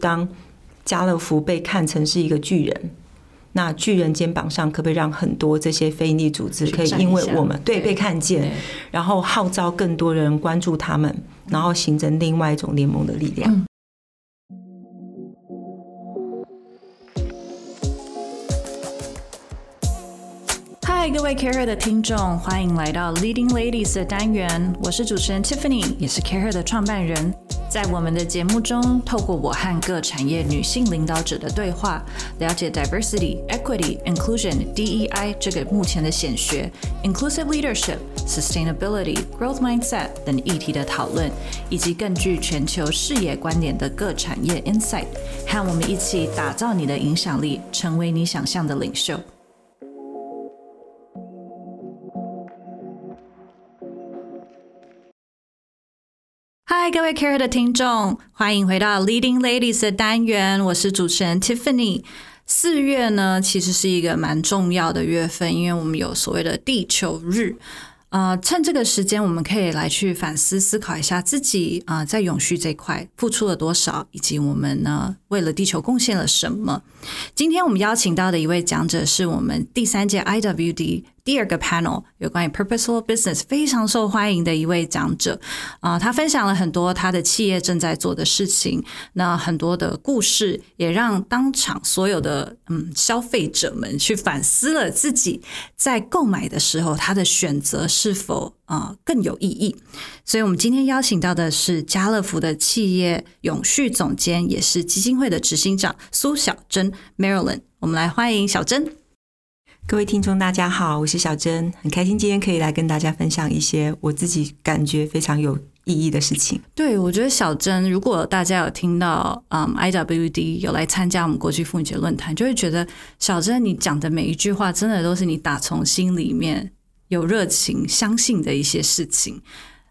当家乐福被看成是一个巨人，那巨人肩膀上可不可以让很多这些非营利组织去可以站因为一下我们对对被看见，对然后号召更多人关注他们，然后形成另外一种联盟的力量。嗯嗨，各位 Care 的听众，欢迎来到 Leading Ladies 的单元，我是主持人 Tiffany，也是 Care 的创办人。在我们的节目中，透过我和各产业女性领导者的对话，了解 diversity、equity、inclusion、DEI 这个目前的显学、inclusive leadership、sustainability、growth mindset 等议题的讨论，以及更具全球视野观点的各产业 insight，和我们一起打造你的影响力，成为你想象的领袖。嗨，各位 Care 的听众，欢迎回到 Leading Ladies 的单元，我是主持人 Tiffany。四月呢，其实是一个蛮重要的月份，因为我们有所谓的地球日。呃，趁这个时间，我们可以来去反思、思考一下自己啊、呃在永续这一块付出了多少，以及我们呢为了地球贡献了什么。今天我们邀请到的一位讲者是我们第三届 IWD 第二个 panel 有关于 purposeful business 非常受欢迎的一位讲者啊、他分享了很多他的企业正在做的事情，那很多的故事也让当场所有的嗯消费者们去反思了自己在购买的时候他的选择是否啊、呃更有意义。所以我们今天邀请到的是家乐福的企业永续总监，也是基金会的执行长苏小珍 Marilyn。我们来欢迎小珍。各位听众，大家好，我是小珍，很开心今天可以来跟大家分享一些我自己感觉非常有意义的事情。对，我觉得小珍，如果大家有听到，嗯，IWD 有来参加我们国际妇女节论坛，就会觉得小珍你讲的每一句话，真的都是你打从心里面有热情、相信的一些事情。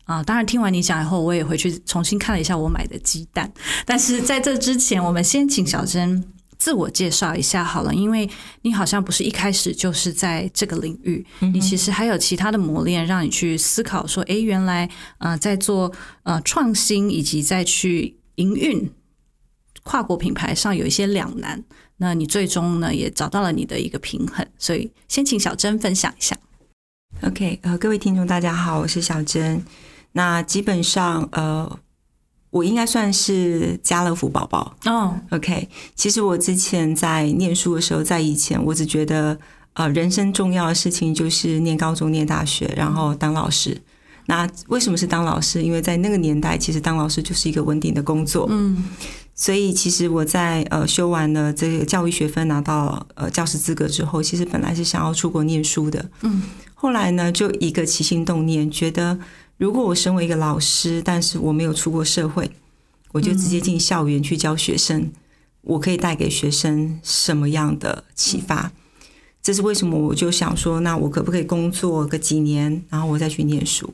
啊、当然，听完你讲以后，我也回去重新看了一下我买的鸡蛋。但是在这之前，我们先请小珍自我介绍一下好了，因为你好像不是一开始就是在这个领域，你其实还有其他的磨练，让你去思考说，诶，原来呃，在做呃创新以及再去营运跨国品牌上有一些两难。那你最终呢也找到了你的一个平衡，所以先请小珍分享一下。 OK，呃，各位听众大家好，我是小珍。那基本上，呃，我应该算是家乐福宝宝。哦， OK，其实我之前在念书的时候，在以前，我只觉得，呃，人生重要的事情就是念高中、念大学，然后当老师。那为什么是当老师？因为在那个年代，其实当老师就是一个稳定的工作。嗯所以其实我在呃修完了这个教育学分，拿到呃教师资格之后，其实本来是想要出国念书的。嗯，后来呢，就一个起心动念，觉得如果我身为一个老师，但是我没有出过社会，我就直接嗯进校园去教学生，我可以带给学生什么样的启发？这是为什么我就想说，那我可不可以工作个几年，然后我再去念书？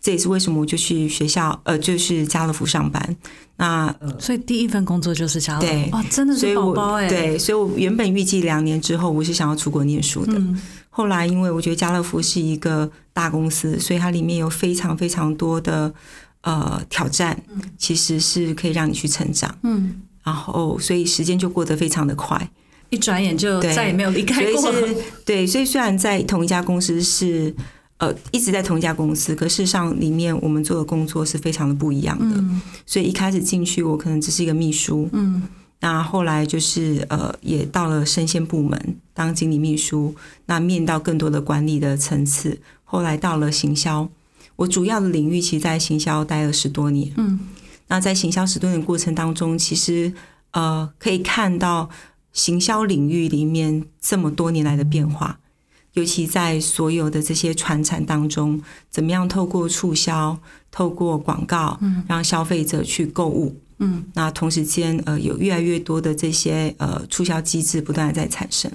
这也是为什么我就去学校，呃，就是家乐福上班。那呃所以第一份工作就是家乐福，对哇，真的所是以宝我宝哎、，对，所以我原本预计两年之后我是想要出国念书的。嗯后来因为我觉得家乐福是一个大公司，所以它里面有非常非常多的呃挑战，其实是可以让你去成长。嗯，然后，所以时间就过得非常的快。一转眼就对再也没有离所开以过了。是，对，所以虽然在同一家公司是呃一直在同一家公司，可事实上里面我们做的工作是非常的不一样的。嗯所以一开始进去，我可能只是一个秘书，嗯那后来就是呃，也到了生鲜部门当经理秘书，那面到更多的管理的层次。后来到了行销，我主要的领域其实在行销待了十多年。嗯那在行销十多年的过程当中，其实呃可以看到行销领域里面这么多年来的变化，尤其在所有的这些传产当中，怎么样透过促销、透过广告，让消费者去购物。嗯，那同时间呃有越来越多的这些呃促销机制不断地在产生。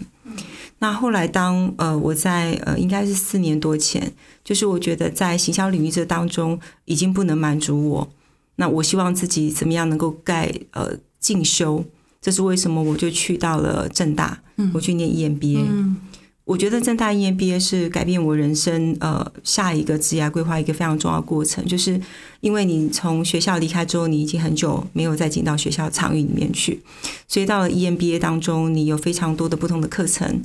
那后来当呃我在呃应该是四年多前，就是我觉得在行销领域这当中已经不能满足我，那我希望自己怎么样能够盖呃进修，这是为什么我就去到了正大，E 嗯我去念 EMBA、嗯我觉得正大 E EMBA 是改变我人生呃下一个职业规划一个非常重要的过程，就是因为你从学校离开之后，你已经很久没有再进到学校场域里面去，所以到了 E EMBA 当中，你有非常多的不同的课程，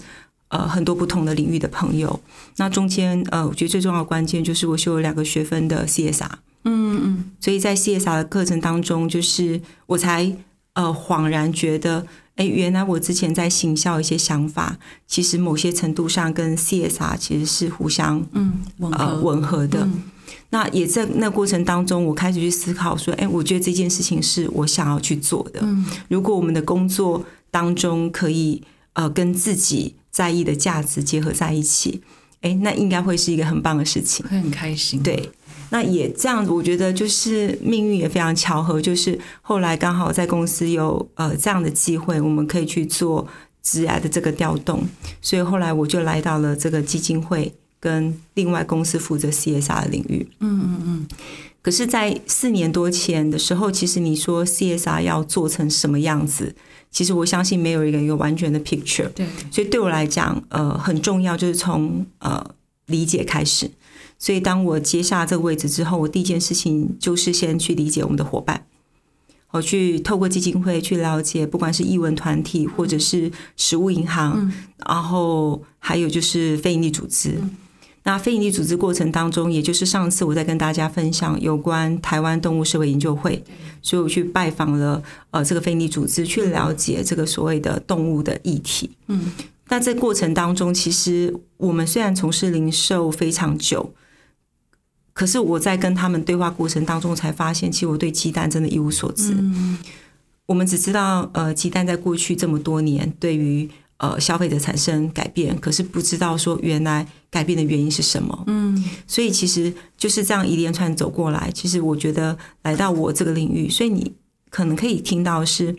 呃，很多不同的领域的朋友。那中间呃，我觉得最重要的关键就是我修了两个学分的 CSR，嗯嗯，所以在 CSR 的课程当中，就是我才呃恍然觉得，哎，原来我之前在行销一些想法，其实某些程度上跟 CSR 其实是互相嗯，吻合、呃吻合的。嗯那也在那过程当中，我开始去思考说，哎，我觉得这件事情是我想要去做的。嗯，如果我们的工作当中可以呃跟自己在意的价值结合在一起，哎，那应该会是一个很棒的事情。会很开心。，对，那也这样，我觉得就是命运也非常巧合，就是后来刚好在公司有呃这样的机会，我们可以去做职涯的这个调动，所以后来我就来到了这个基金会，跟另外公司负责 CSR 的领域。嗯嗯嗯。可是，在四年多前的时候，其实你说 CSR 要做成什么样子，其实我相信没有一个人有完全的 picture。对，所以对我来讲，呃，很重要就是从呃理解开始。所以当我接下这个位置之后，我第一件事情就是先去理解我们的伙伴，我去透过基金会去了解，不管是艺文团体或者是食物银行，嗯然后还有就是非营利组织。嗯那非营利组织过程当中，也就是上次我在跟大家分享有关台湾动物社会研究会，所以我去拜访了呃这个非营利组织，去了解这个所谓的动物的议题。嗯，那这过程当中，其实我们虽然从事零售非常久，可是我在跟他们对话过程当中才发现，其实我对鸡蛋真的一无所知。嗯我们只知道，呃，鸡蛋在过去这么多年对于呃消费者产生改变，可是不知道说原来改变的原因是什么。嗯所以其实就是这样一连串走过来。其实我觉得来到我这个领域，所以你可能可以听到的是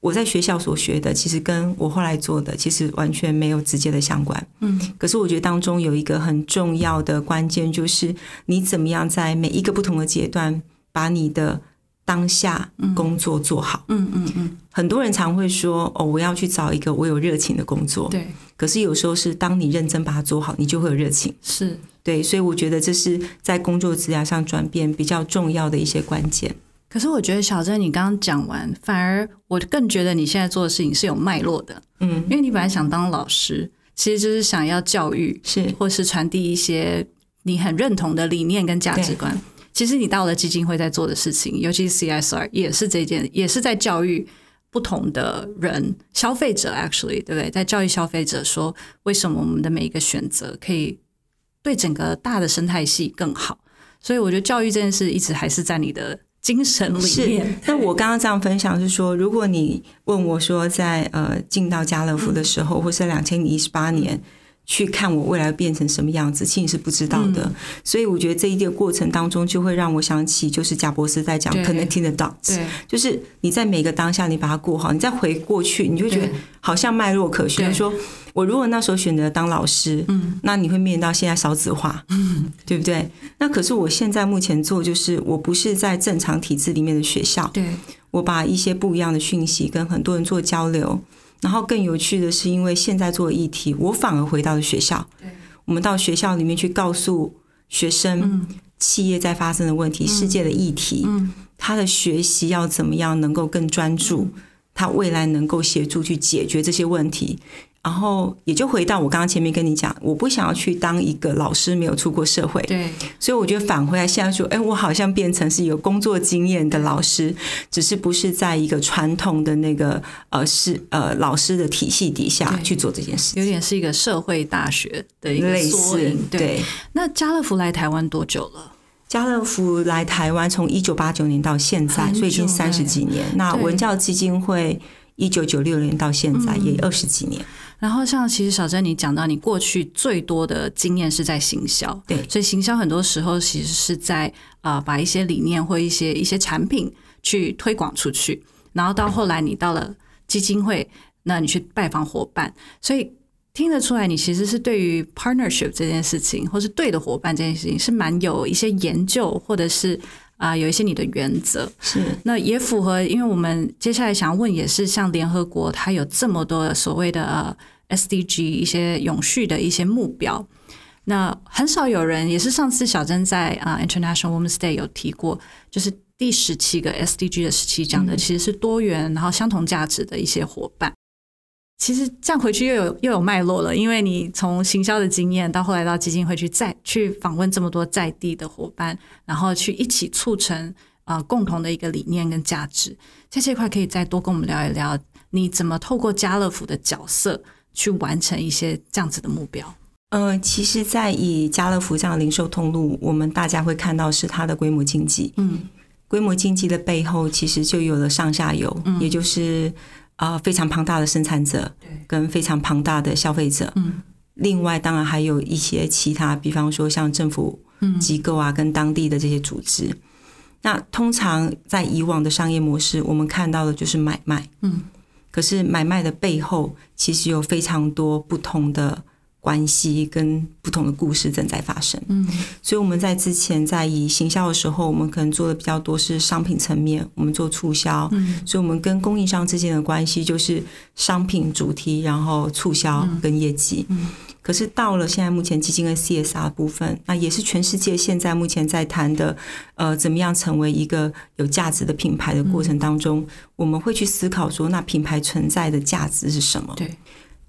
我在学校所学的，其实跟我后来做的其实完全没有直接的相关。嗯可是我觉得当中有一个很重要的关键，就是你怎么样在每一个不同的阶段把你的当下工作做好。嗯嗯嗯，很多人常会说：“哦，我要去找一个我有热情的工作。对，”可是有时候是当你认真把它做好，你就会有热情。是对，所以我觉得这是在工作职涯上转变比较重要的一些关键。可是我觉得小珍，你刚刚讲完，反而我更觉得你现在做的事情是有脉络的，嗯，因为你本来想当老师，其实就是想要教育是或是传递一些你很认同的理念跟价值观。其实你到了基金会在做的事情，尤其是 CSR，也是这件，也是在教育不同的人，消费者 actually 对不对？在教育消费者说，为什么我们的每一个选择可以对整个大的生态系更好。所以我觉得教育这件事一直还是在你的精神里是面。。那我刚刚这样分享是说，如果你问我说在，呃进到家乐福的时嗯候，或是两千零一十八年。去看我未来变成什么样子，其实你是不知道的，嗯所以我觉得这一个过程当中，就会让我想起，就是贾博士在讲对 connecting the dots， 对就是你在每个当下，你把它过好，你再回过去，你就会觉得对好像脉络可循。对说我如果那时候选择当老师，嗯，那你会面临到现在少子化，嗯对不对？那可是我现在目前做，就是我不是在正常体制里面的学校，对，我把一些不一样的讯息跟很多人做交流。然后更有趣的是，因为现在做议题，我反而回到了学校对，我们到学校里面去告诉学生，嗯企业在发生的问题、世界的议题，嗯他的学习要怎么样能够更专注，嗯他未来能够协助去解决这些问题。然后也就回到我刚刚前面跟你讲，我不想要去当一个老师，没有出过社会，对所以我觉得返回来现在说，哎，我好像变成是有工作经验的老师，只是不是在一个传统的那个呃是呃老师的体系底下对去做这件事有情，点是一个社会大学的一个类缩似影。对。那家乐福来台湾多久了？家乐福来台湾从一九八九年到现在，很久所以已经欸三十几年。那对文教基金会一九九六年到现在嗯也二十几年，然后像其实小珍，你讲到你过去最多的经验是在行销，对所以行销很多时候其实是在啊、呃把一些理念或一些一些产品去推广出去，然后到后来你到了基金会，那你去拜访伙伴，所以听得出来你其实是对于 partnership 这件事情，或是对的伙伴这件事情是蛮有一些研究，或者是啊、有一些你的原则。是那也符合，因为我们接下来想要问也是，像联合国它有这么多所谓的呃 SDG 一些永续的一些目标。那很少有人，也是上次小珍在啊、呃 International Women's Day 有提过，就是第十七个 SDG 的时期讲的其实是多元，然后相同价值的一些伙伴。其实这样回去又有又有脉络了，因为你从行销的经验到后来到基金会去再去访问这么多在地的伙伴，然后去一起促成啊、呃共同的一个理念跟价值。在这块可以再多跟我们聊一聊，你怎么透过家乐福的角色去完成一些这样子的目标？呃，其实，在以家乐福这样的零售通路，我们大家会看到是它的规模经济。嗯规模经济的背后，其实就有了上下游，也就是啊、呃非常庞大的生产者嗯对，跟非常庞大的消费者。嗯另外，当然还有一些其他，比方说像政府嗯机构啊，跟当地的这些组织。那通常在以往的商业模式，我们看到的就是买卖。嗯，可是买卖的背后，其实有非常多不同的关系跟不同的故事正在发生。嗯所以我们在之前在以行销的时候，我们可能做的比较多是商品层面，我们做促销，嗯所以我们跟供应商之间的关系就是商品主题，然后促销跟业绩。嗯可是到了现在目前基金跟 CSR 的部分，那也是全世界现在目前在谈的，呃，怎么样成为一个有价值的品牌的过嗯程当中，我们会去思考说，那品牌存在的价值是什么？对，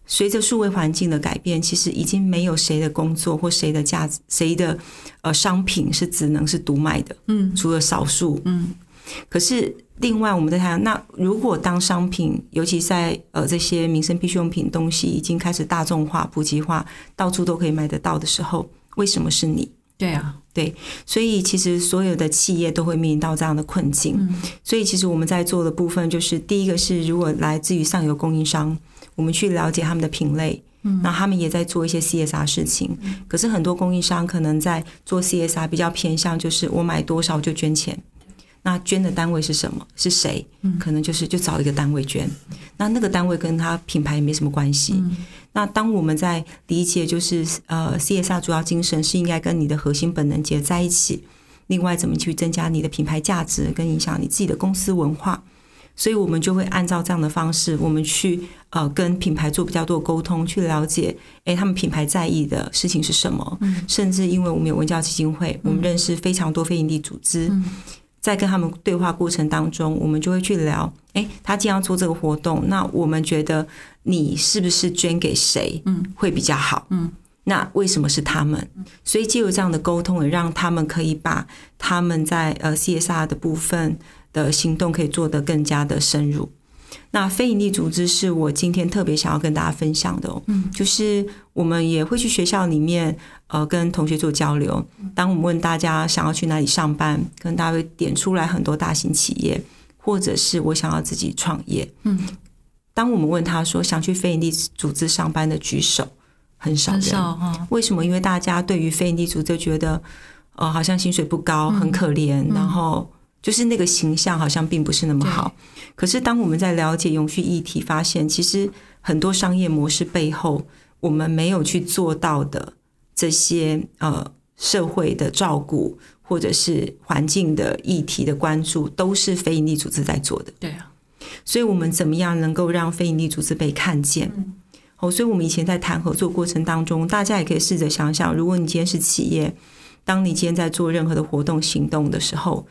随着数位环境的改变，其实已经没有谁的工作或谁的价值、谁的呃商品是只能是独卖的，嗯除了少数。嗯可是另外，我们在谈，那如果当商品，尤其在呃这些民生必需用品东西已经开始大众化、普及化，到处都可以买得到的时候，为什么是你？对啊所以其实所有的企业都会面临到这样的困境。嗯所以其实我们在做的部分就是，第一个是如果来自于上游供应商，我们去了解他们的品类。嗯那他们也在做一些 CSR 事情，可是很多供应商可能在做 CSR 比较偏向就是我买多少就捐钱，那捐的单位是什么？是谁？嗯可能就是就找一个单位捐，那那个单位跟他品牌也没什么关系。嗯那当我们在理解就是呃 CSR 主要精神是应该跟你的核心本能结合在一起，另外怎么去增加你的品牌价值跟影响你自己的公司文化，所以我们就会按照这样的方式，我们去呃跟品牌做比较多的沟通，去了解诶他们品牌在意的事情是什么，嗯甚至因为我们有文教基金会，我们认识非常多非营利组织，嗯在跟他们对话过程当中，我们就会去聊，诶，他既然要做这个活动，那我们觉得你是不是捐给谁，嗯，会比较好，嗯，那为什么是他们？所以借由这样的沟通，也让他们可以把他们在呃 CSR 的部分的行动可以做得更加的深入。那非营利组织是我今天特别想要跟大家分享的、哦，嗯，就是我们也会去学校里面，呃，跟同学做交流。当我们问大家想要去哪里上班，可能大家会点出来很多大型企业，或者是我想要自己创业。嗯，当我们问他说想去非营利组织上班的举手，很少很人，少哈，为什么？因为大家对于非营利组织就觉得，呃，好像薪水不高，很可怜，然后就是那个形象好像并不是那么好。可是当我们在了解永续议题，发现其实很多商业模式背后，我们没有去做到的这些呃社会的照顾，或者是环境的议题的关注，都是非营利组织在做的。对啊，所以我们怎么样能够让非营利组织被看见？嗯哦，所以我们以前在谈合作过程当中，大家也可以试着想想，如果你今天是企业，当你今天在做任何的活动行动的时候，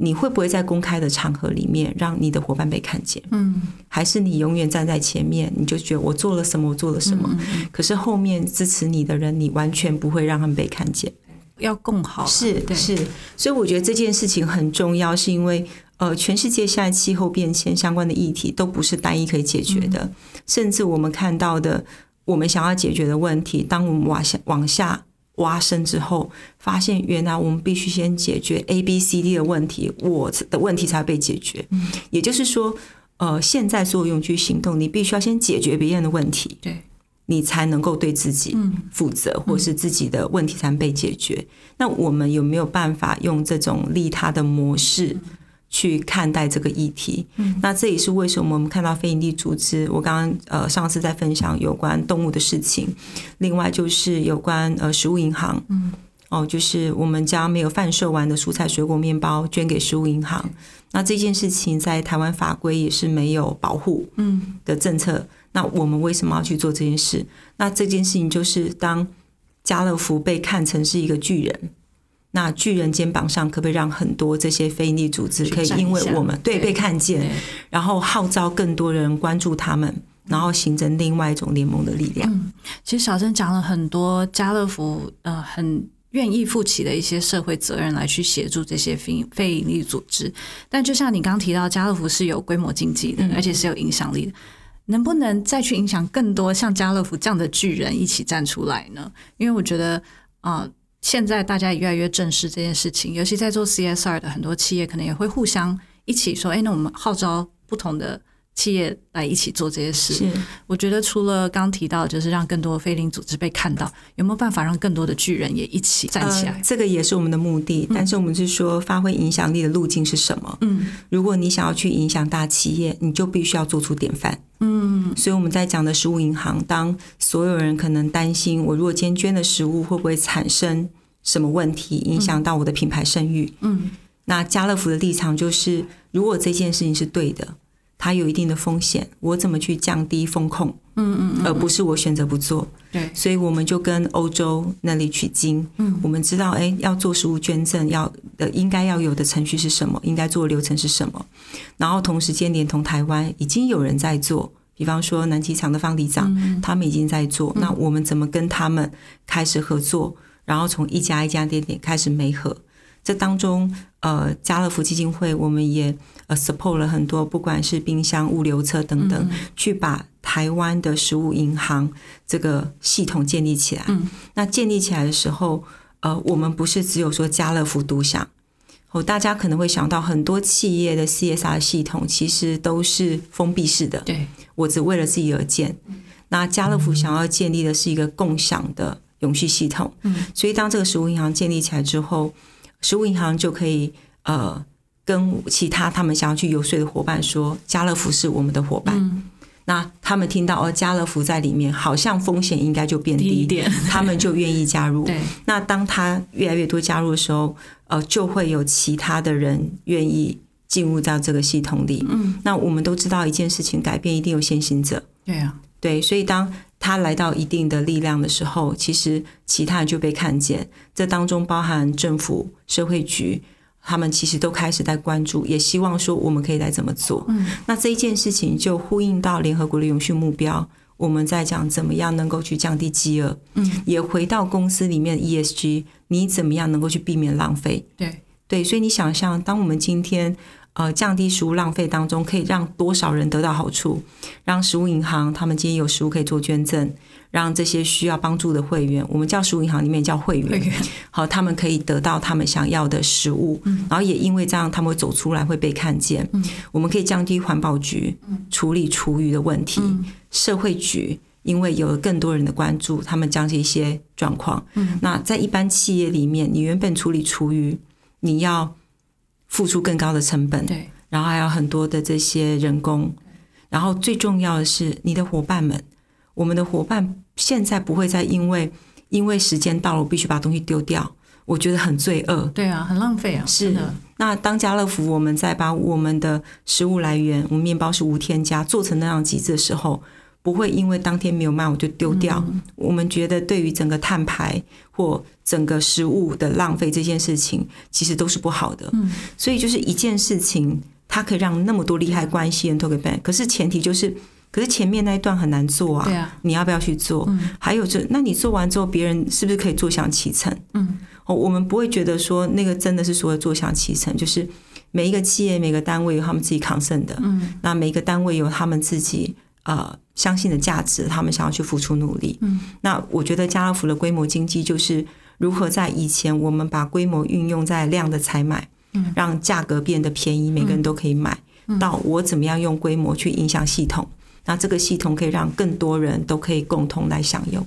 你会不会在公开的场合里面让你的伙伴被看见？嗯还是你永远站在前面，你就觉得我做了什么，我做了什么？嗯嗯可是后面支持你的人，你完全不会让他们被看见。要共好了是对是，所以我觉得这件事情很重要，是因为呃，全世界现在气候变迁相关的议题都不是单一可以解决的，嗯甚至我们看到的我们想要解决的问题，当我们往下往下挖深之后，发现原来我们必须先解决 A、B、C、D 的问题，我的问题才被解决。嗯也就是说，呃，现在所有用具行动，你必须要先解决别人的问题，对，你才能够对自己嗯负责，或是自己的问题才能被解决。那我们有没有办法用这种利他的模式去看待这个议题？那这也是为什么我们看到非营利组织，我刚刚呃上次在分享有关动物的事情，另外就是有关呃食物银行，嗯，哦，就是我们将没有贩售完的蔬菜、水果、面包捐给食物银行。那这件事情在台湾法规也是没有保护嗯的政策，那我们为什么要去做这件事？那这件事情就是当家乐福被看成是一个巨人，那巨人肩膀上可不可以让很多这些非营利组织去可以站因一为下我们对对被看见对，然后号召更多人关注他们，然后形成另外一种联盟的力量。嗯其实小郑讲了很多家乐福呃很愿意负起的一些社会责任来去协助这些非非营利组织，但就像你刚提到，家乐福是有规模经济的，而且是有影响力的。能不能再去影响更多像家乐福这样的巨人一起站出来呢？因为我觉得啊、呃现在大家也越来越正视这件事情，尤其在做 CSR 的很多企业，可能也会互相一起说：“哎，那我们号召不同的企业来一起做这些事。”是我觉得除了刚提到，就是让更多的非营利组织被看到，有没有办法让更多的巨人也一起站起呃来？这个也是我们的目的。但是我们是说，发挥影响力的路径是什么？嗯，如果你想要去影响大企业，你就必须要做出典范。嗯，所以我们在讲的食物银行，当所有人可能担心，我如果今天捐的食物会不会产生什么问题，影响到我的品牌声誉？嗯，那家乐福的立场就是，如果这件事情是对的，它有一定的风险，我怎么去降低风控？嗯嗯而不是我选择不做。对，所以我们就跟欧洲那里取经。嗯，我们知道，哎，要做食物捐赠，要呃应该要有的程序是什么，应该做的流程是什么。然后同时间连同台湾已经有人在做，比方说南机场的方里长，他们已经在做。那我们怎么跟他们开始合作？然后从一家一家店点开始媒合。这当中，呃，家乐福基金会我们也呃 support 了很多，不管是冰箱、物流车等等，去把台湾的食物银行这个系统建立起来。那建立起来的时候，呃，我们不是只有说家乐福独享。哦，大家可能会想到很多企业的 CSR 系统其实都是封闭式的，对，我只为了自己而建。那家嗯乐福想要建立的是一个共享的永续系统，嗯，所以当这个食物银行建立起来之后，食物银行就可以呃跟其他他们想要去游说的伙伴说，家乐福是我们的伙伴。嗯那他们听到哦，家乐福在里面，好像风险应该就变第低一点，他们就愿意加入。对，那当他越来越多加入的时候，呃，就会有其他的人愿意进入到这个系统里。嗯，那我们都知道一件事情，改变一定有先行者。对啊，对，所以当他来到一定的力量的时候，其实其他人就被看见。这当中包含政府、社会局，他们其实都开始在关注，也希望说我们可以来怎么做。嗯，那这一件事情就呼应到联合国的永续目标，我们在讲怎么样能够去降低饥饿。嗯，也回到公司里面的 ESG，你怎么样能够去避免浪费？对，对，所以你想象，当我们今天呃降低食物浪费当中，可以让多少人得到好处？让食物银行他们今天有食物可以做捐赠，让这些需要帮助的会员，我们叫食物银行里面叫会员，好，他们可以得到他们想要的食物，然后也因为这样，他们会走出来，会被看见。我们可以降低环保局处理厨余的问题，社会局。因为有了更多人的关注，他们将这些状况。那在一般企业里面，你原本处理厨余，你要付出更高的成本，对，然后还有很多的这些人工，然后最重要的是你的伙伴们，我们的伙伴现在不会再因为因为时间到了，我必须把东西丢掉，我觉得很罪恶。对啊，很浪费啊，是真的，那当家乐福我们再把我们的食物来源，我们面包是无添加，做成那样极致的时候，不会因为当天没有卖我就丢掉。我们觉得对于整个碳排或整个食物的浪费这件事情，其实都是不好的。嗯，所以就是一件事情，它可以让那么多利害关系人都给办，可是前提就是，可是前面那一段很难做啊。对啊，你要不要去做？还有这，那你做完之后，别人是不是可以坐享其成？嗯，哦，我们不会觉得说那个真的是说坐享其成，就是每一个企业、每个单位有他们自己抗胜的，嗯，那每一个单位有他们自己呃相信的价值，他们想要去付出努力，嗯，那我觉得家乐福的规模经济就是如何在以前我们把规模运用在量的采买，嗯，让价格变得便宜，每个人都可以买，到我怎么样用规模去影响系统。那这个系统可以让更多人都可以共同来享用。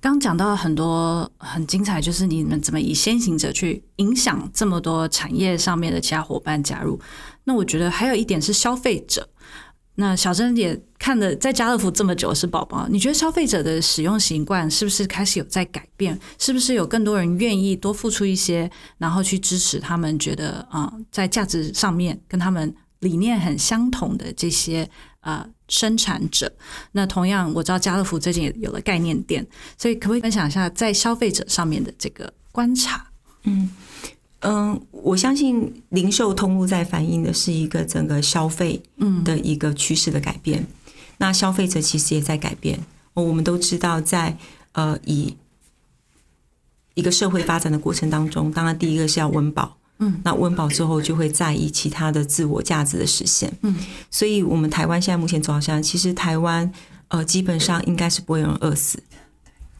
刚讲到很多很精彩，就是你们怎么以先行者去影响这么多产业上面的其他伙伴加入。那我觉得还有一点是消费者。那小珍也看了在家乐福这么久是宝宝，你觉得消费者的使用习惯是不是开始有在改变？是不是有更多人愿意多付出一些，然后去支持他们觉得啊、呃在价值上面跟他们理念很相同的这些呃生产者。那同样，我知道家乐福最近也有了概念店，所以可不可以分享一下在消费者上面的这个观察？嗯，我相信零售通路在反映的是一个整个消费嗯的一个趋势的改变。那消费者其实也在改变。哦我们都知道在，呃以一个社会发展的过程当中，当然第一个是要温饱，嗯，那温饱之后就会在意其他的自我价值的实现，嗯，所以我们台湾现在目前走向，其实台湾呃基本上应该是不会有人饿死，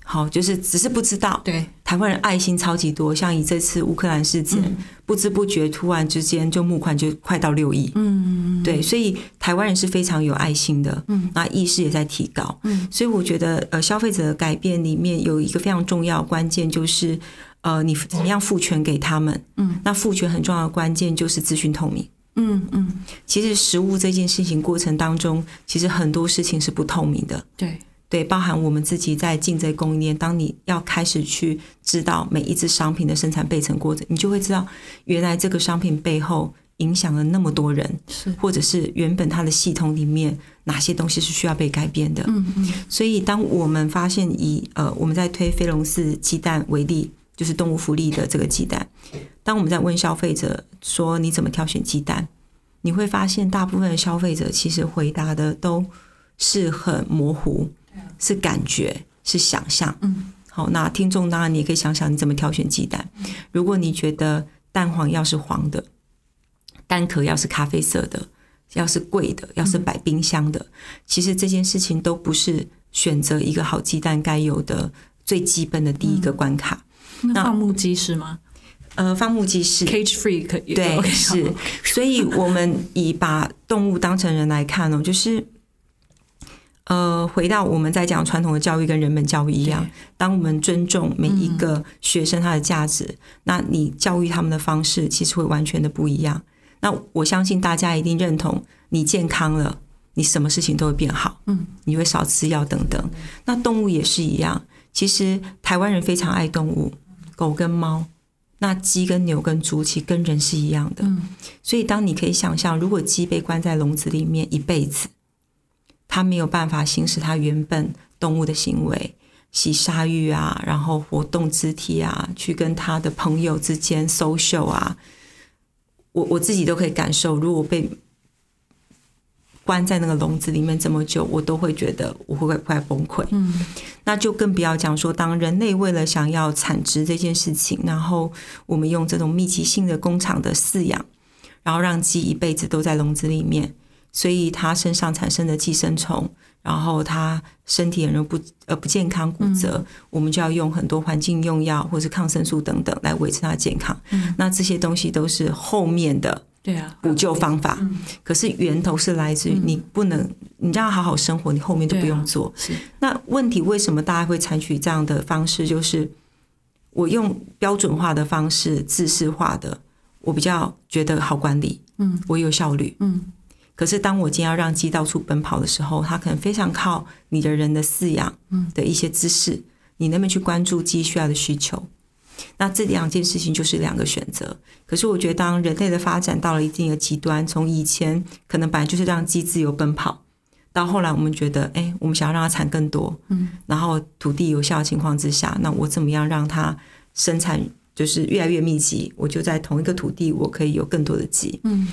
好，就是只是不知道，对，台湾人爱心超级多，像以这次乌克兰事件，不知不觉突然之间就募款就快到六亿，嗯，对，所以台湾人是非常有爱心的，嗯，那意识也在提高，嗯，所以我觉得呃，消费者的改变里面有一个非常重要的关键就是。呃，你怎么样赋权给他们？嗯，那赋权很重要的关键就是资讯透明。嗯嗯，其实食物这件事情过程当中，其实很多事情是不透明的。对，对，包含我们自己在进这供应链，当你要开始去知道每一只商品的生产背程过程，你就会知道原来这个商品背后影响了那么多人，是，或者是原本它的系统里面哪些东西是需要被改变的。嗯嗯所以，当我们发现以呃我们在推飞龙寺鸡蛋为例，就是动物福利的这个鸡蛋，当我们在问消费者说你怎么挑选鸡蛋，你会发现大部分的消费者其实回答的都是很模糊，是感觉，是想象。啊嗯，好，那听众当然你也可以想想你怎么挑选鸡蛋。如果你觉得蛋黄要是黄的，蛋壳要是咖啡色的，要是贵嗯的，要是摆冰箱的，其实这件事情都不是选择一个好鸡蛋该有的最基本的第一嗯个关卡。那那放牧鸡是吗呃，放牧鸡是？Cage free 可以，对 OK，好是，所以我们以把动物当成人来看哦，就是。呃，回到我们在讲传统的教育跟人本教育一样，当我们尊重每一嗯个学生他的价值，那你教育他们的方式其实会完全的不一样。那我相信大家一定认同，你健康了，你什么事情都会变好，嗯，你会少吃药等等。那动物也是一样，其实台湾人非常爱动物，狗跟猫，那鸡跟牛跟猪其实跟人是一样的，嗯所以当你可以想象，如果鸡被关在笼子里面一辈子，它没有办法行使它原本动物的行为，洗鲨鱼啊，然后活动肢体啊，去跟它的朋友之间 social 啊，我我自己都可以感受，如果被关在那个笼子里面这么久，我都会觉得我会快快崩溃。嗯，那就更不要讲说，当人类为了想要产值这件事情，然后我们用这种密集性的工厂的饲养，然后让鸡一辈子都在笼子里面，所以它身上产生的寄生虫，然后它身体很容易不呃不健康骨折，嗯我们就要用很多环境用药或是抗生素等等来维持它的健康。嗯那这些东西都是后面的对啊，补救方法，嗯可是源头是来自于你不能，你让它好好生活，你后面都不对啊用做。是，那问题为什么大家会采取这样的方式？就是我用标准化的方式、制式化的，我比较觉得好管理，嗯，我有效率。嗯可是当我今天要让鸡到处奔跑的时候，它可能非常靠你的人的饲养，嗯的一些知识，你能不能去关注鸡需要的需求？那这两件事情就是两个选择。可是我觉得，当人类的发展到了一定的极端，从以前可能本来就是让鸡自由奔跑，到后来我们觉得，哎、我们想要让它产更多，嗯，然后土地有效的情况之下，那我怎么样让它生产就是越来越密集？我就在同一个土地，我可以有更多的鸡。嗯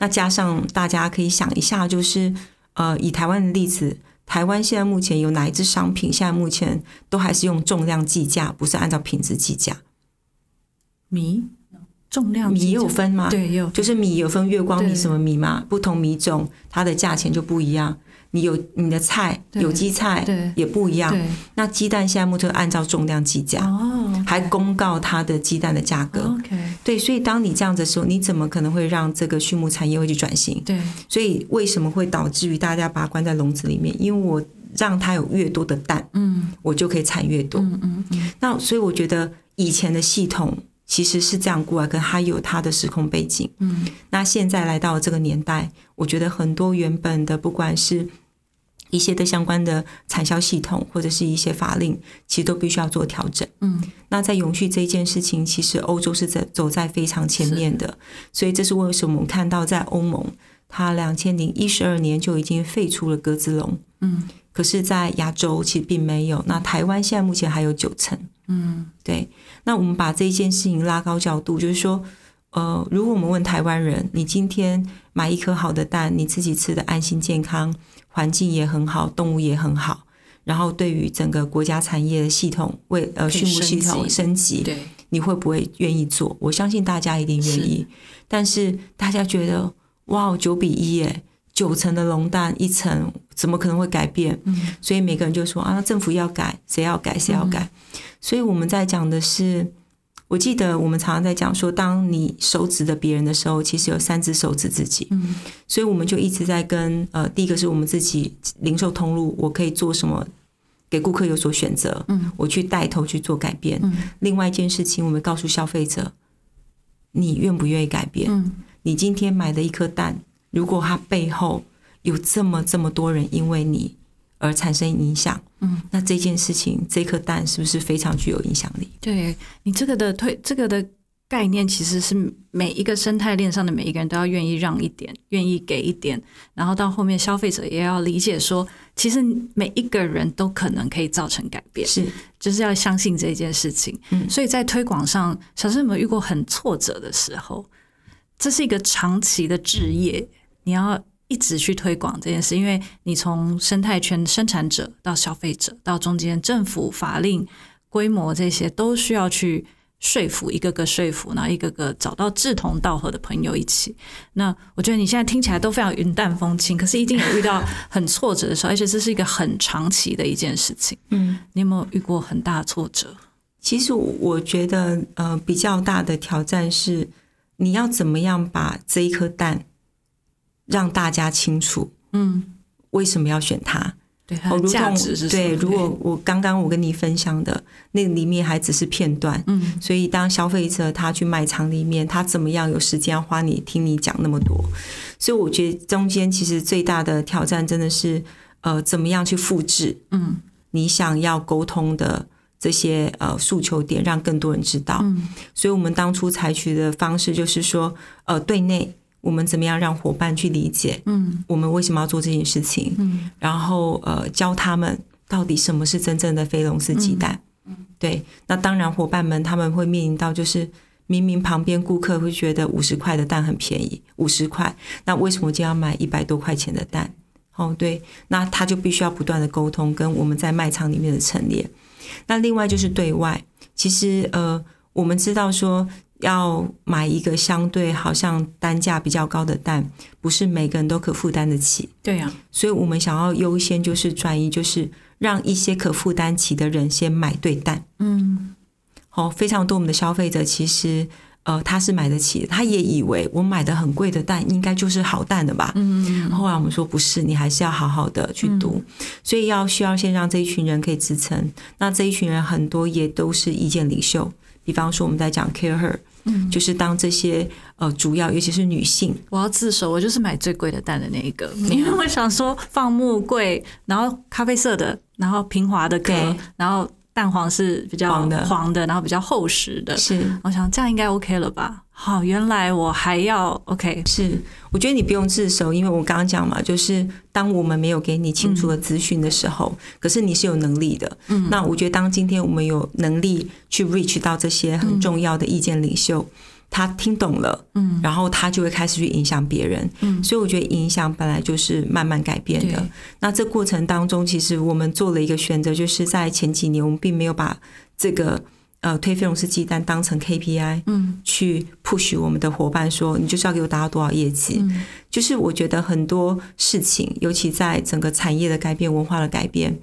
那加上大家可以想一下，就是呃，以台湾的例子，台湾现在目前有哪一只商品，现在目前都还是用重量计价，不是按照品质计价？米重量米级也有就分吗？，对也有就是米有分月光米对什么米嘛，不同米种它的价钱就不一样。你有你的菜，对有机菜对也不一样。对那鸡蛋现在目前按照重量计价，哦还公告它的鸡蛋的价格。 OK 对，所以当你这样子的时候，你怎么可能会让这个畜牧产业会去转型？对所以为什么会导致于大家把它关在笼子里面？因为我让它有越多的蛋，嗯我就可以产越多。嗯嗯嗯那所以我觉得以前的系统其实是这样过来，可它有它的时空背景。嗯那现在来到这个年代，我觉得很多原本的不管是一些的相关的产销系统，或者是一些法令，其实都必须要做调整。嗯那在永续这一件事情，其实欧洲是在走在非常前面的，所以这是为什么我们看到在欧盟，它两千零一十二年就已经废除了鸽子笼，嗯可是，在亚洲其实并没有。那台湾现在目前还有九成，嗯对。那我们把这一件事情拉高角度，就是说，呃，如果我们问台湾人，你今天买一颗好的蛋，你自己吃的安心健康，环境也很好，动物也很好，然后对于整个国家产业的系统为呃可以畜牧系升统级升级，对，你会不会愿意做？我相信大家一定愿意，但是大家觉得哇，九比一耶，九层的龙蛋一层怎么可能会改变？嗯所以每个人就说啊，那政府要改，谁要改，谁要改。所以我们在讲的是，我记得我们常常在讲说，当你手指着别人的时候，其实有三只手指自己。嗯所以我们就一直在跟呃，第一个是我们自己零售通路，我可以做什么，给顾客有所选择，嗯我去带头去做改变。嗯另外一件事情，我们告诉消费者，你愿不愿意改变？嗯你今天买的一颗蛋，如果它背后有这么这么多人因为你而产生影响，嗯，那这件事情，这颗蛋是不是非常具有影响力？对你这个的推这个的概念，其实是每一个生态链上的每一个人都要愿意让一点，愿意给一点，然后到后面消费者也要理解说，其实每一个人都可能可以造成改变，是，就是要相信这件事情。嗯所以在推广上，小生有没有遇过很挫折的时候？这是一个长期的置业，你要一直去推广这件事，因为你从生态圈生产者到消费者，到中间政府法令、规模这些，都需要去说服一个个说服，然后一个个找到志同道合的朋友一起。那我觉得你现在听起来都非常云淡风轻，可是一定有遇到很挫折的时候，而且这是一个很长期的一件事情。嗯，你有没有遇过很大的挫折？其实我我觉得，呃，比较大的挑战是，你要怎么样把这一颗蛋让大家清楚嗯，为什么要选它？对，它哦，的如价同值是什么对，如果我刚刚我跟你分享的那里面还只是片段，嗯所以当消费者他去卖场里面，他怎么样有时间花你听你讲那么多？所以我觉得中间其实最大的挑战真的是，呃，怎么样去复制嗯你想要沟通的这些呃诉求点，让更多人知道。嗯所以我们当初采取的方式就是说，呃，对内我们怎么样让伙伴去理解嗯我们为什么要做这件事情，嗯然后呃教他们到底什么是真正的飞龙式鸡蛋。嗯对，那当然伙伴们他们会面临到就是。明明旁边顾客会觉得五十块的蛋很便宜，五十块，那为什么我今天要买一百多块钱的蛋？哦，对，那他就必须要不断的沟通，跟我们在卖场里面的陈列。那另外就是对外，其实呃，我们知道说要买一个相对好像单价比较高的蛋，不是每个人都可负担得起。对啊呀、所以我们想要优先就是转移，就是让一些可负担起的人先买对蛋。嗯哦，非常多我们的消费者其实呃他是买得起的，他也以为我买的很贵的蛋应该就是好蛋的吧。嗯后来我们说不是，你还是要好好的去读，所以要需要先让这一群人可以支撑。那这一群人很多也都是意见领袖，比方说我们在讲 care her，嗯，就是当这些呃主要尤其是女性，我要自首，我就是买最贵的蛋的那一个，嗯因为我想说放木柜，然后咖啡色的，然后平滑的壳对，然后蛋黄是比较黄的黄的，然后比较厚实的。是我想这样应该 OK 了吧？好，原来我还要 OK，是，我觉得你不用自首，因为我刚刚讲嘛，就是当我们没有给你清楚的资讯的时候，嗯可是你是有能力的。嗯那我觉得当今天我们有能力去 reach 到这些很重要的意见领袖，他听懂了，嗯然后他就会开始去影响别人。嗯所以我觉得影响本来就是慢慢改变的对。那这过程当中，其实我们做了一个选择，就是在前几年我们并没有把这个呃推费龙式鸡蛋当成 KPI。嗯去 push 我们的伙伴说，你就是要给我达到多少业绩。嗯就是我觉得很多事情，尤其在整个产业的改变、文化的改变，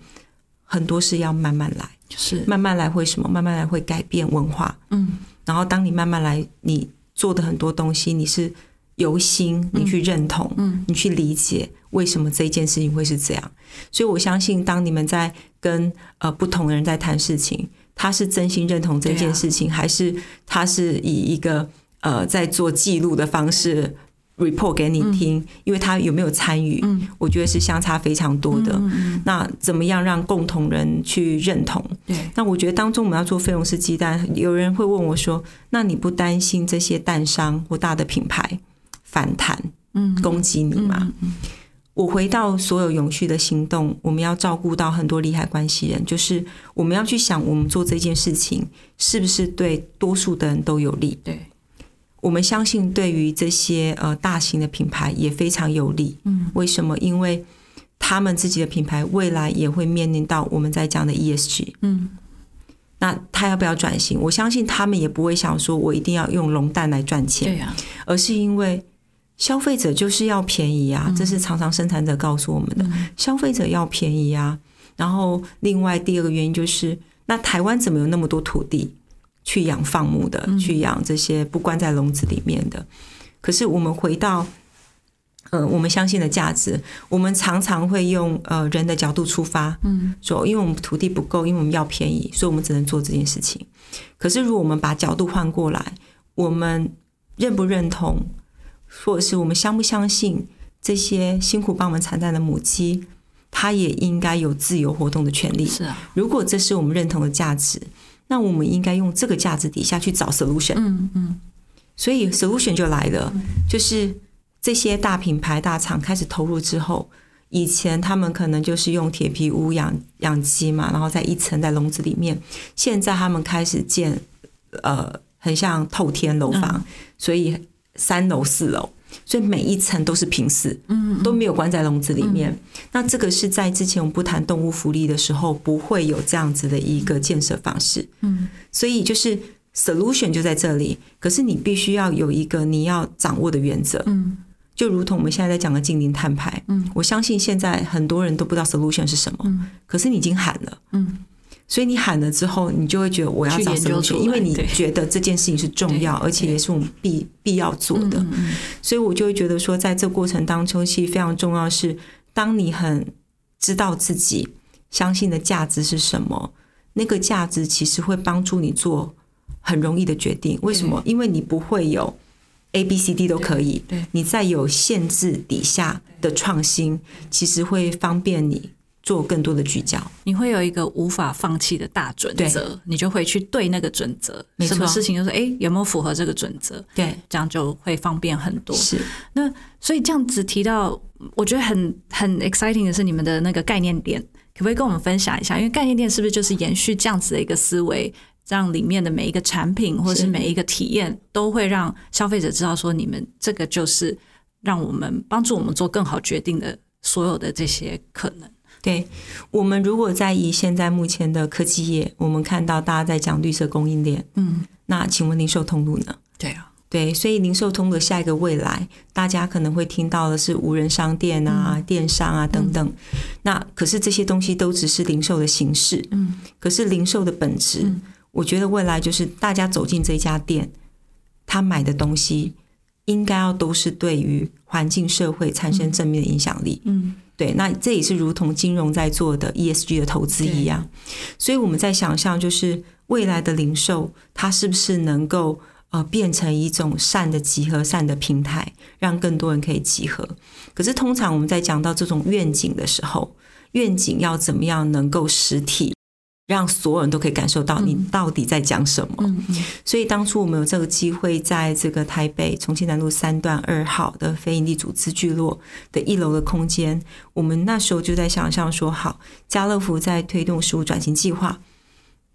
很多是要慢慢来，是慢慢来会什么？慢慢来会改变文化。嗯然后当你慢慢来，你做的很多东西，你是由心，你去认同，嗯你去理解为什么这件事情会是这样。所以我相信，当你们在跟呃不同的人在谈事情，他是真心认同这对啊件事情，还是他是以一个呃在做记录的方式 report 给你听，因为他有没有参与，嗯我觉得是相差非常多的。嗯嗯那怎么样让共同人去认同？对那我觉得当中我们要做非笼式鸡蛋，有人会问我说：“那你不担心这些蛋商或大的品牌反弹？嗯攻击你嘛。我回到所有永续的行动，我们要照顾到很多利害关系人，就是我们要去想，我们做这件事情是不是对多数的人都有利？对，我们相信对于这些呃大型的品牌也非常有利。嗯为什么？因为他们自己的品牌未来也会面临到我们在讲的 E ESG。嗯那他要不要转型？我相信他们也不会想说我一定要用龙蛋来赚钱，对啊呀、而是因为消费者就是要便宜啊，这是常常生产者告诉我们的，消费者要便宜啊。然后另外第二个原因就是，那台湾怎么有那么多土地去养放牧的，去养这些不关在笼子里面的？可是我们回到。呃，我们相信的价值，我们常常会用呃人的角度出发，嗯，说因为我们土地不够，因为我们要便宜，所以我们只能做这件事情。可是如果我们把角度换过来，我们认不认同，或者是我们相不相信这些辛苦帮我们产蛋的母鸡，它也应该有自由活动的权利。是啊，如果这是我们认同的价值，那我们应该用这个价值底下去找 solution。嗯嗯所以 solution 就来了，就是这些大品牌、大厂开始投入之后，以前他们可能就是用铁皮屋养养鸡嘛，然后在一层在笼子里面，现在他们开始建，呃，很像透天楼房，嗯所以三楼、四楼。所以每一层都是平视，嗯，都没有关在笼子里面。嗯那这个是在之前我们不谈动物福利的时候，不会有这样子的一个建设方式。嗯，所以就是 solution 就在这里，可是你必须要有一个你要掌握的原则，嗯就如同我们现在在讲的近零碳排，嗯，我相信现在很多人都不知道 solution 是什么，嗯，可是你已经喊了，嗯，所以你喊了之后，你就会觉得我要去找研究 solution，出来因为你对觉得这件事情是重要，对而且也是我们必必要做的，嗯嗯所以我就会觉得说，在这过程当中，其实非常重要的是，当你很知道自己相信的价值是什么，那个价值其实会帮助你做很容易的决定。为什么？因为你不会有 A、B、C、D 都可以对对，你在有限制底下的创新，其实会方便你做更多的聚焦。你会有一个无法放弃的大准则，你就会去对那个准则，没错什么事情就是哎有没有符合这个准则，对，这样就会方便很多。是那所以这样子提到，我觉得很很 exciting 的是你们的那个概念店，可不可以跟我们分享一下？因为概念店是不是就是延续这样子的一个思维，让里面的每一个产品或者是是每一个体验都会让消费者知道说，你们这个就是让我们帮助我们做更好决定的所有的这些可能。对。我们如果在以现在目前的科技业，我们看到大家在讲绿色供应链，嗯，那请问零售通路呢？对啊，对，所以零售通的下一个未来，大家可能会听到的是无人商店啊、嗯电商啊等等。那可是这些东西都只是零售的形式，嗯，可是零售的本质，我觉得未来就是大家走进这家店，他买的东西应该要都是对于环境、社会产生正面的影响力。嗯，对，那这也是如同金融在做的 ESG 的投资一样，所以我们在想象就是未来的零售，它是不是能够呃变成一种善的集合、善的平台，让更多人可以集合。可是通常我们在讲到这种愿景的时候，愿景要怎么样能够实体，让所有人都可以感受到你到底在讲什么？嗯嗯所以当初我们有这个机会，在这个台北重庆南路三段二号的非营利组织聚落的一楼的空间，我们那时候就在想象说，好，家乐福在推动食物转型计划，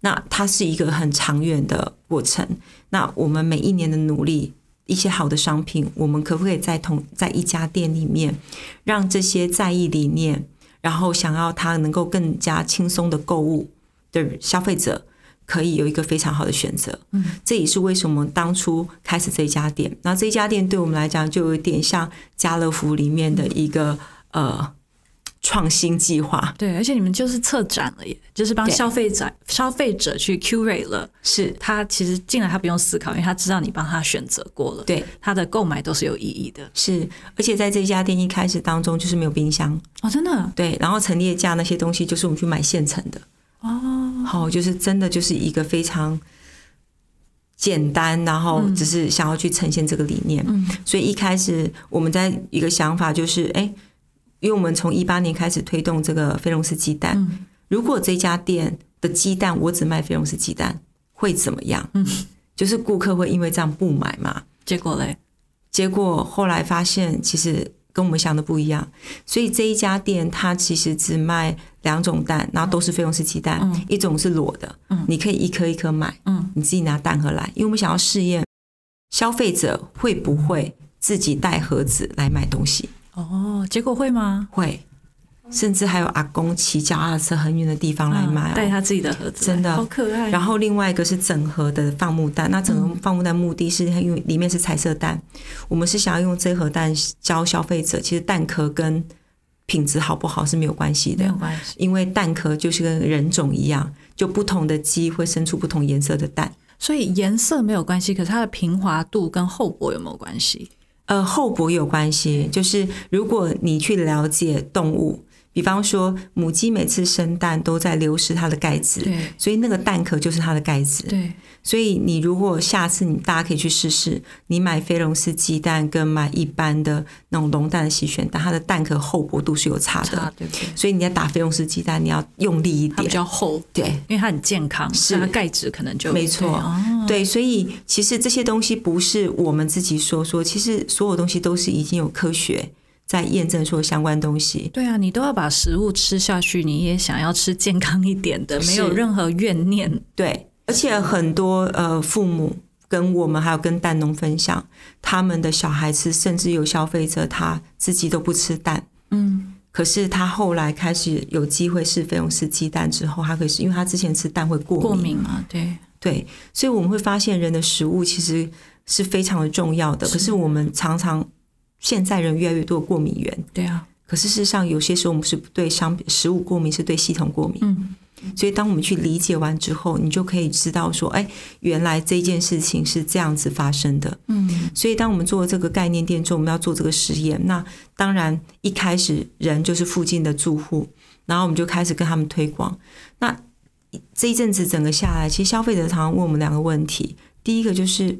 那它是一个很长远的过程。那我们每一年的努力，一些好的商品，我们可不可以在同在一家店里面，让这些在意理念，然后想要它能够更加轻松的购物的消费者，可以有一个非常好的选择。嗯，这也是为什么当初开始这家店。那这家店对我们来讲，就有点像家乐福里面的一个呃创新计划，对，而且你们就是策展了耶，就是帮对消费者消费者去 curate 了。是他其实进来他不用思考，因为他知道你帮他选择过了，对，他的购买都是有意义的。是，而且在这家店一开始当中就是没有冰箱，哦，真的，对，然后陈列架那些东西就是我们去买现成的，哦，好，就是真的就是一个非常简单，然后只是想要去呈现这个理念，嗯所以一开始我们在一个想法就是，哎，因为我们从一八年开始推动这个菲龙斯鸡蛋，嗯如果这家店的鸡蛋我只卖菲龙斯鸡蛋会怎么样？嗯，就是顾客会因为这样不买嘛？结果嘞，结果后来发现，其实跟我们想的不一样，所以这一家店它其实只卖两种蛋，然后都是费用式鸡蛋，嗯一种是裸的，嗯你可以一颗一颗买，嗯你自己拿蛋盒来，因为我们想要试验消费者会不会自己带盒子来买东西，哦，结果会吗？会，甚至还有阿公骑脚踏车很远的地方来买、啊哦，带他自己的盒子来，真的好可爱。然后另外一个是整盒的放牧蛋，那整盒嗯放牧蛋目的是它因为里面是彩色蛋，我们是想要用这盒蛋教消费者，其实蛋壳跟品质好不好是没有关系没有的，关系，因为蛋壳就是跟人种一样，就不同的鸡会生出不同颜色的蛋。所以颜色没有关系，可是它的平滑度跟厚薄有没有关系？呃，厚薄有关嗯系，就是如果你去了解动物，比方说母鸡每次生蛋都在流失它的钙质，对所以那个蛋壳就是它的钙质。对，所以你如果下次你大家可以去试试，你买飞龙式鸡蛋跟买一般的那种笼蛋的洗选蛋，它的蛋壳厚薄度是有差的。差对不对？所以你在打飞龙式鸡蛋，你要用力一它比点。较厚，对因为它很健康，是它的钙质可能就没错对哦对，所以其实这些东西不是我们自己说说，其实所有东西都是已经有科学在验证说相关东西。对啊，你都要把食物吃下去，你也想要吃健康一点的，是没有任何怨念。对，而且很多呃父母跟我们还有跟蛋农分享，他们的小孩吃，甚至有消费者他自己都不吃蛋。嗯，可是他后来开始有机会是费用式鸡蛋之后，他可以是因为他之前吃蛋会过敏，过敏嘛，对，对，所以我们会发现人的食物其实是非常的重要的。是可是我们常常现在人越来越多的过敏源，对啊，可是事实上有些时候我们是对商食物过敏，是对系统过敏。嗯，所以当我们去理解完之后，你就可以知道说，哎，原来这件事情是这样子发生的。嗯，所以，当我们做这个概念店之后，我们要做这个实验。那当然，一开始人就是附近的住户，然后我们就开始跟他们推广。那这一阵子整个下来，其实消费者常常问我们两个问题：第一个就是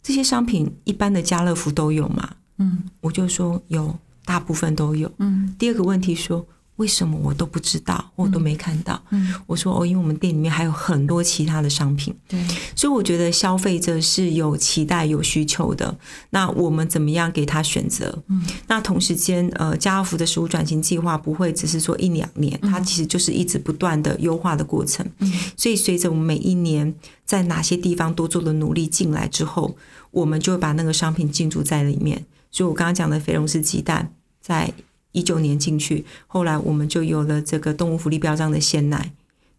这些商品一般的家乐福都有吗？嗯，我就说有，大部分都有。嗯，第二个问题说为什么我都不知道，我都没看到？嗯，我说哦，因为我们店里面还有很多其他的商品。对，所以我觉得消费者是有期待、有需求的。那我们怎么样给他选择？嗯，那同时间，呃，家乐福的食物转型计划不会只是说一两年，它其实就是一直不断的优化的过程。嗯，所以随着我们每一年在哪些地方多做的努力进来之后，我们就会把那个商品进驻在里面。所以我刚刚讲的肥龙式鸡蛋，在一九年进去，后来我们就有了这个动物福利标章的鲜奶，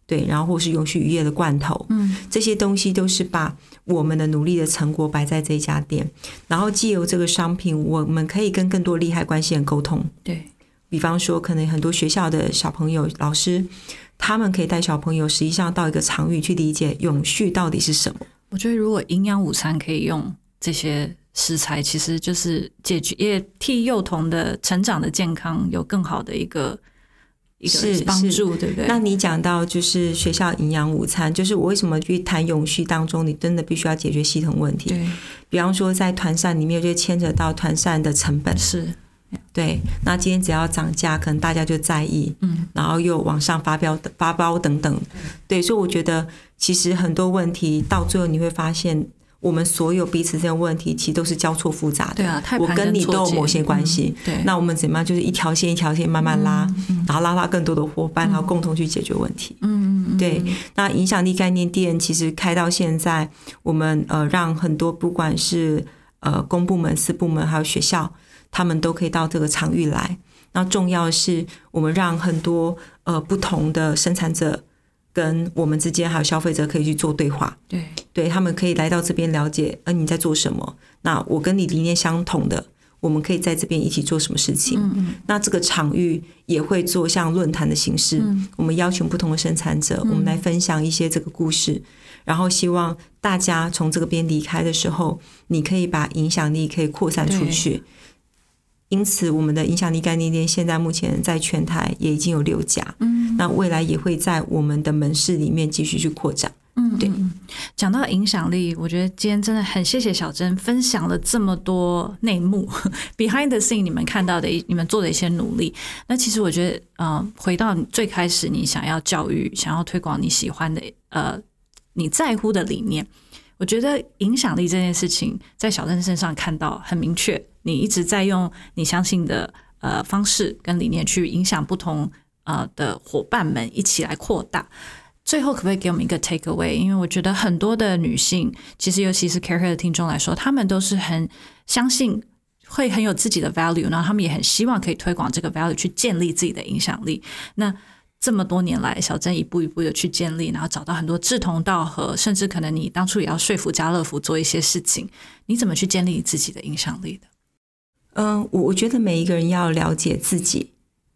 对，然后或是永续渔业的罐头，嗯，这些东西都是把我们的努力的成果摆在这一家店，然后借由这个商品，我们可以跟更多利害关系人沟通。对，比方说，可能很多学校的小朋友、老师，他们可以带小朋友实际上到一个场域去理解永续到底是什么。我觉得如果营养午餐可以用这些食材，其实就是解决，也替幼童的成长的健康有更好的一个一是个帮是助，对不对？那你讲到就是学校营养午餐，就是我为什么去谈永续当中，你真的必须要解决系统问题。对，比方说，在团扇里面就牵扯到团扇的成本，是，对，那今天只要涨价，可能大家就在意，嗯，然后又往上发飙、发包等等，对，所以我觉得其实很多问题到最后你会发现，我们所有彼此之间的问题其实都是交错复杂的。对啊，太我盘跟根你错都有节某些关嗯系对，那我们怎么样？就是一条线一条线慢慢拉，然后拉到更多的伙伴，然后共同去解决问题。嗯嗯嗯，对，那影响力概念店其实开到现在，我们呃让很多不管是呃公部门、私部门还有学校，他们都可以到这个场域来。那重要的是，我们让很多呃不同的生产者跟我们之间还有消费者可以去做对话，对，对他们可以来到这边了解，呃你在做什么？那我跟你理念相同的，我们可以在这边一起做什么事情？嗯嗯那这个场域也会做像论坛的形式，嗯我们邀请不同的生产者，我们来分享一些这个故事，然后希望大家从这个边离开的时候，你可以把影响力可以扩散出去。因此，我们的影响力概念店现在目前在全台也已经有六家，嗯那未来也会在我们的门市里面继续去扩展。嗯，对嗯。嗯讲到影响力，我觉得今天真的很谢谢小珍分享了这么多内幕 ，behind the scene 你们看到的一、你们做的一些努力。那其实我觉得，呃，回到你最开始，你想要教育、想要推广你喜欢的，呃，你在乎的理念。我觉得影响力这件事情，在小郑身上看到很明确，你一直在用你相信的呃方式跟理念去影响不同呃的伙伴们一起来扩大。最后，可不可以给我们一个 take away？因为我觉得很多的女性，其实尤其是 Care 的听众来说，她们都是很相信，会很有自己的 value，然后她们也很希望可以推广这个 value，去建立自己的影响力。那这么多年来，小珍一步一步的去建立，然后找到很多志同道合，甚至可能你当初也要说服家乐福做一些事情，你怎么去建立自己的影响力的？嗯、我我觉得每一个人要了解自己，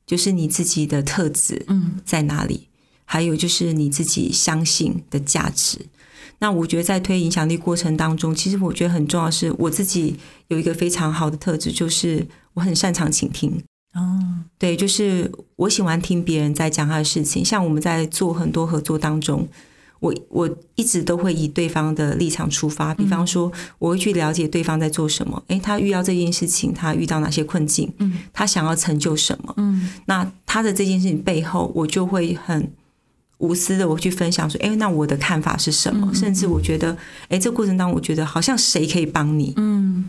就是你自己的特质嗯在哪里，还有就是你自己相信的价值。那我觉得在推影响力过程当中，其实我觉得很重要的是我自己有一个非常好的特质，就是我很擅长倾听。哦，对，就是我喜欢听别人在讲他的事情。像我们在做很多合作当中，我我一直都会以对方的立场出发，比嗯方说我会去了解对方在做什么，诶，他遇到这件事情，他遇到哪些困境，嗯他想要成就什么。嗯那他的这件事情背后，我就会很无私的我去分享说，诶，那我的看法是什嗯么？甚至我觉得，诶，这过程当中，我觉得好像谁可以帮你，嗯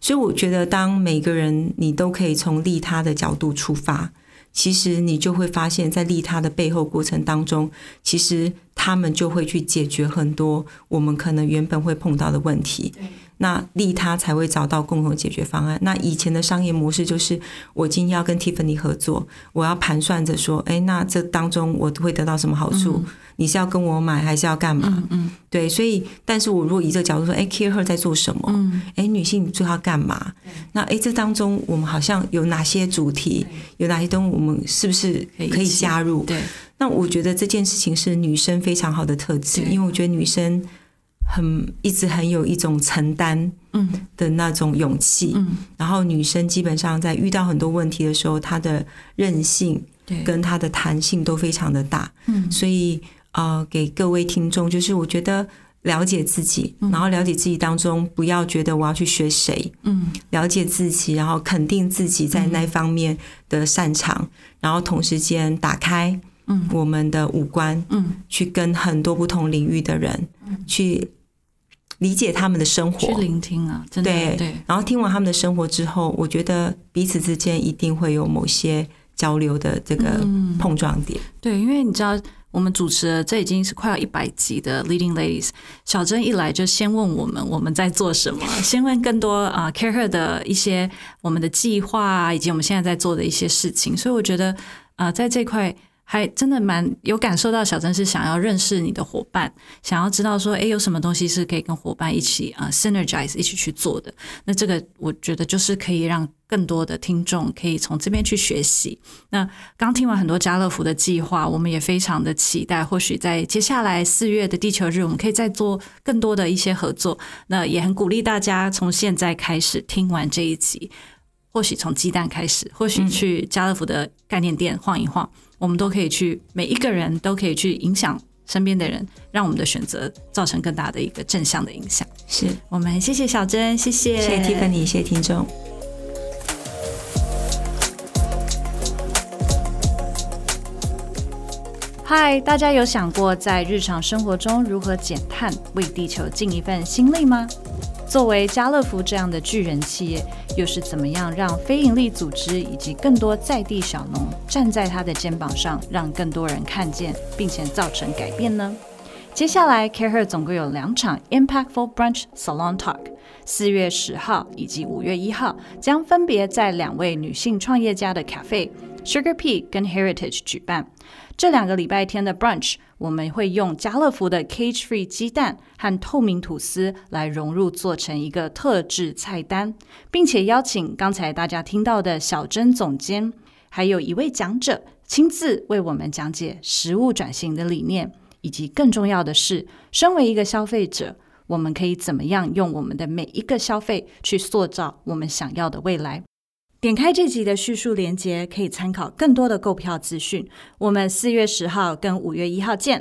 所以我觉得，当每个人你都可以从利他的角度出发，其实你就会发现，在利他的背后过程当中，其实他们就会去解决很多我们可能原本会碰到的问题。那利他才会找到共同解决方案。那以前的商业模式就是，我今天要跟 Tiffany 合作，我要盘算着说，诶，那这当中我会得到什么好处？你是要跟我买，还是要干嘛？嗯嗯对，所以，但是我如果以这个角度说，诶 c a r e Her 在做什么？嗯哎，女性最要干嘛？那哎，这当中我们好像有哪些主题，有哪些东西，我们是不是可以可一以起加入？对那我觉得这件事情是女生非常好的特质，对因为我觉得女生很一直很有一种承担嗯的那种勇气，嗯然后女生基本上在遇到很多问题的时候，她的韧性对跟她的弹性都非常的大。嗯所以呃，给各位听众，就是我觉得了解自己，然后了解自己当中，不要觉得我要去学谁，嗯了解自己，然后肯定自己在那方面的擅长，然后同时间打开嗯我们的五官，嗯，去跟很多不同领域的人、去嗯理解他们的生去活。聆听啊，真的对对然后听完他们的生活之后，我觉得彼此之间一定会有某些交流的这个嗯碰撞点。对，因为你知道，我们主持了这已经是快要一百集的 Leading Ladies，小珍一来就先问我们我们在做什么，先问更多啊、呃 Care Her 的一些我们的计划啊，以及我们现在在做的一些事情，所以我觉得啊、呃在这块。还真的蛮有感受到，小珍是想要认识你的伙伴，想要知道说，诶，有什么东西是可以跟伙伴一起啊、呃 synergize 一起去做的。那这个我觉得就是可以让更多的听众可以从这边去学习。那刚听完很多家乐福的计划，我们也非常的期待，或许在接下来四月的地球日，我们可以再做更多的一些合作。那也很鼓励大家从现在开始听完这一集，或许从鸡蛋开始，或许去家乐福的概念店晃一晃，我们都可以去，每一个人都可以去影响身边的人，让我们的选择造成更大的一个正向的影响。是，我们谢谢小珍，谢谢，谢谢 Tiffany，谢谢听众。嗨，大家有想过在日常生活中如何减碳，为地球尽一份心力吗？作为家乐福这样的巨人企业，又是怎么样让非营利组织以及更多在地小农站在他的肩膀上，让更多人看见，并且造成改变呢？接下来，Care 总共有两场 Impactful Brunch Salon Talk，四月十号以及五月一号将分别在两位女性创业家的 cafe Sugar Pea 跟 Heritage 举办。这两个礼拜天的 brunch，我们会用家乐福的 cage free 鸡蛋和透明吐司来融入，做成一个特制菜单，并且邀请刚才大家听到的小珍总监，还有一位讲者亲自为我们讲解食物转型的理念，以及更重要的是，身为一个消费者。我们可以怎么样用我们的每一个消费去塑造我们想要的未来？点开这集的叙述连接，可以参考更多的购票资讯。我们四月十号跟五月一号见。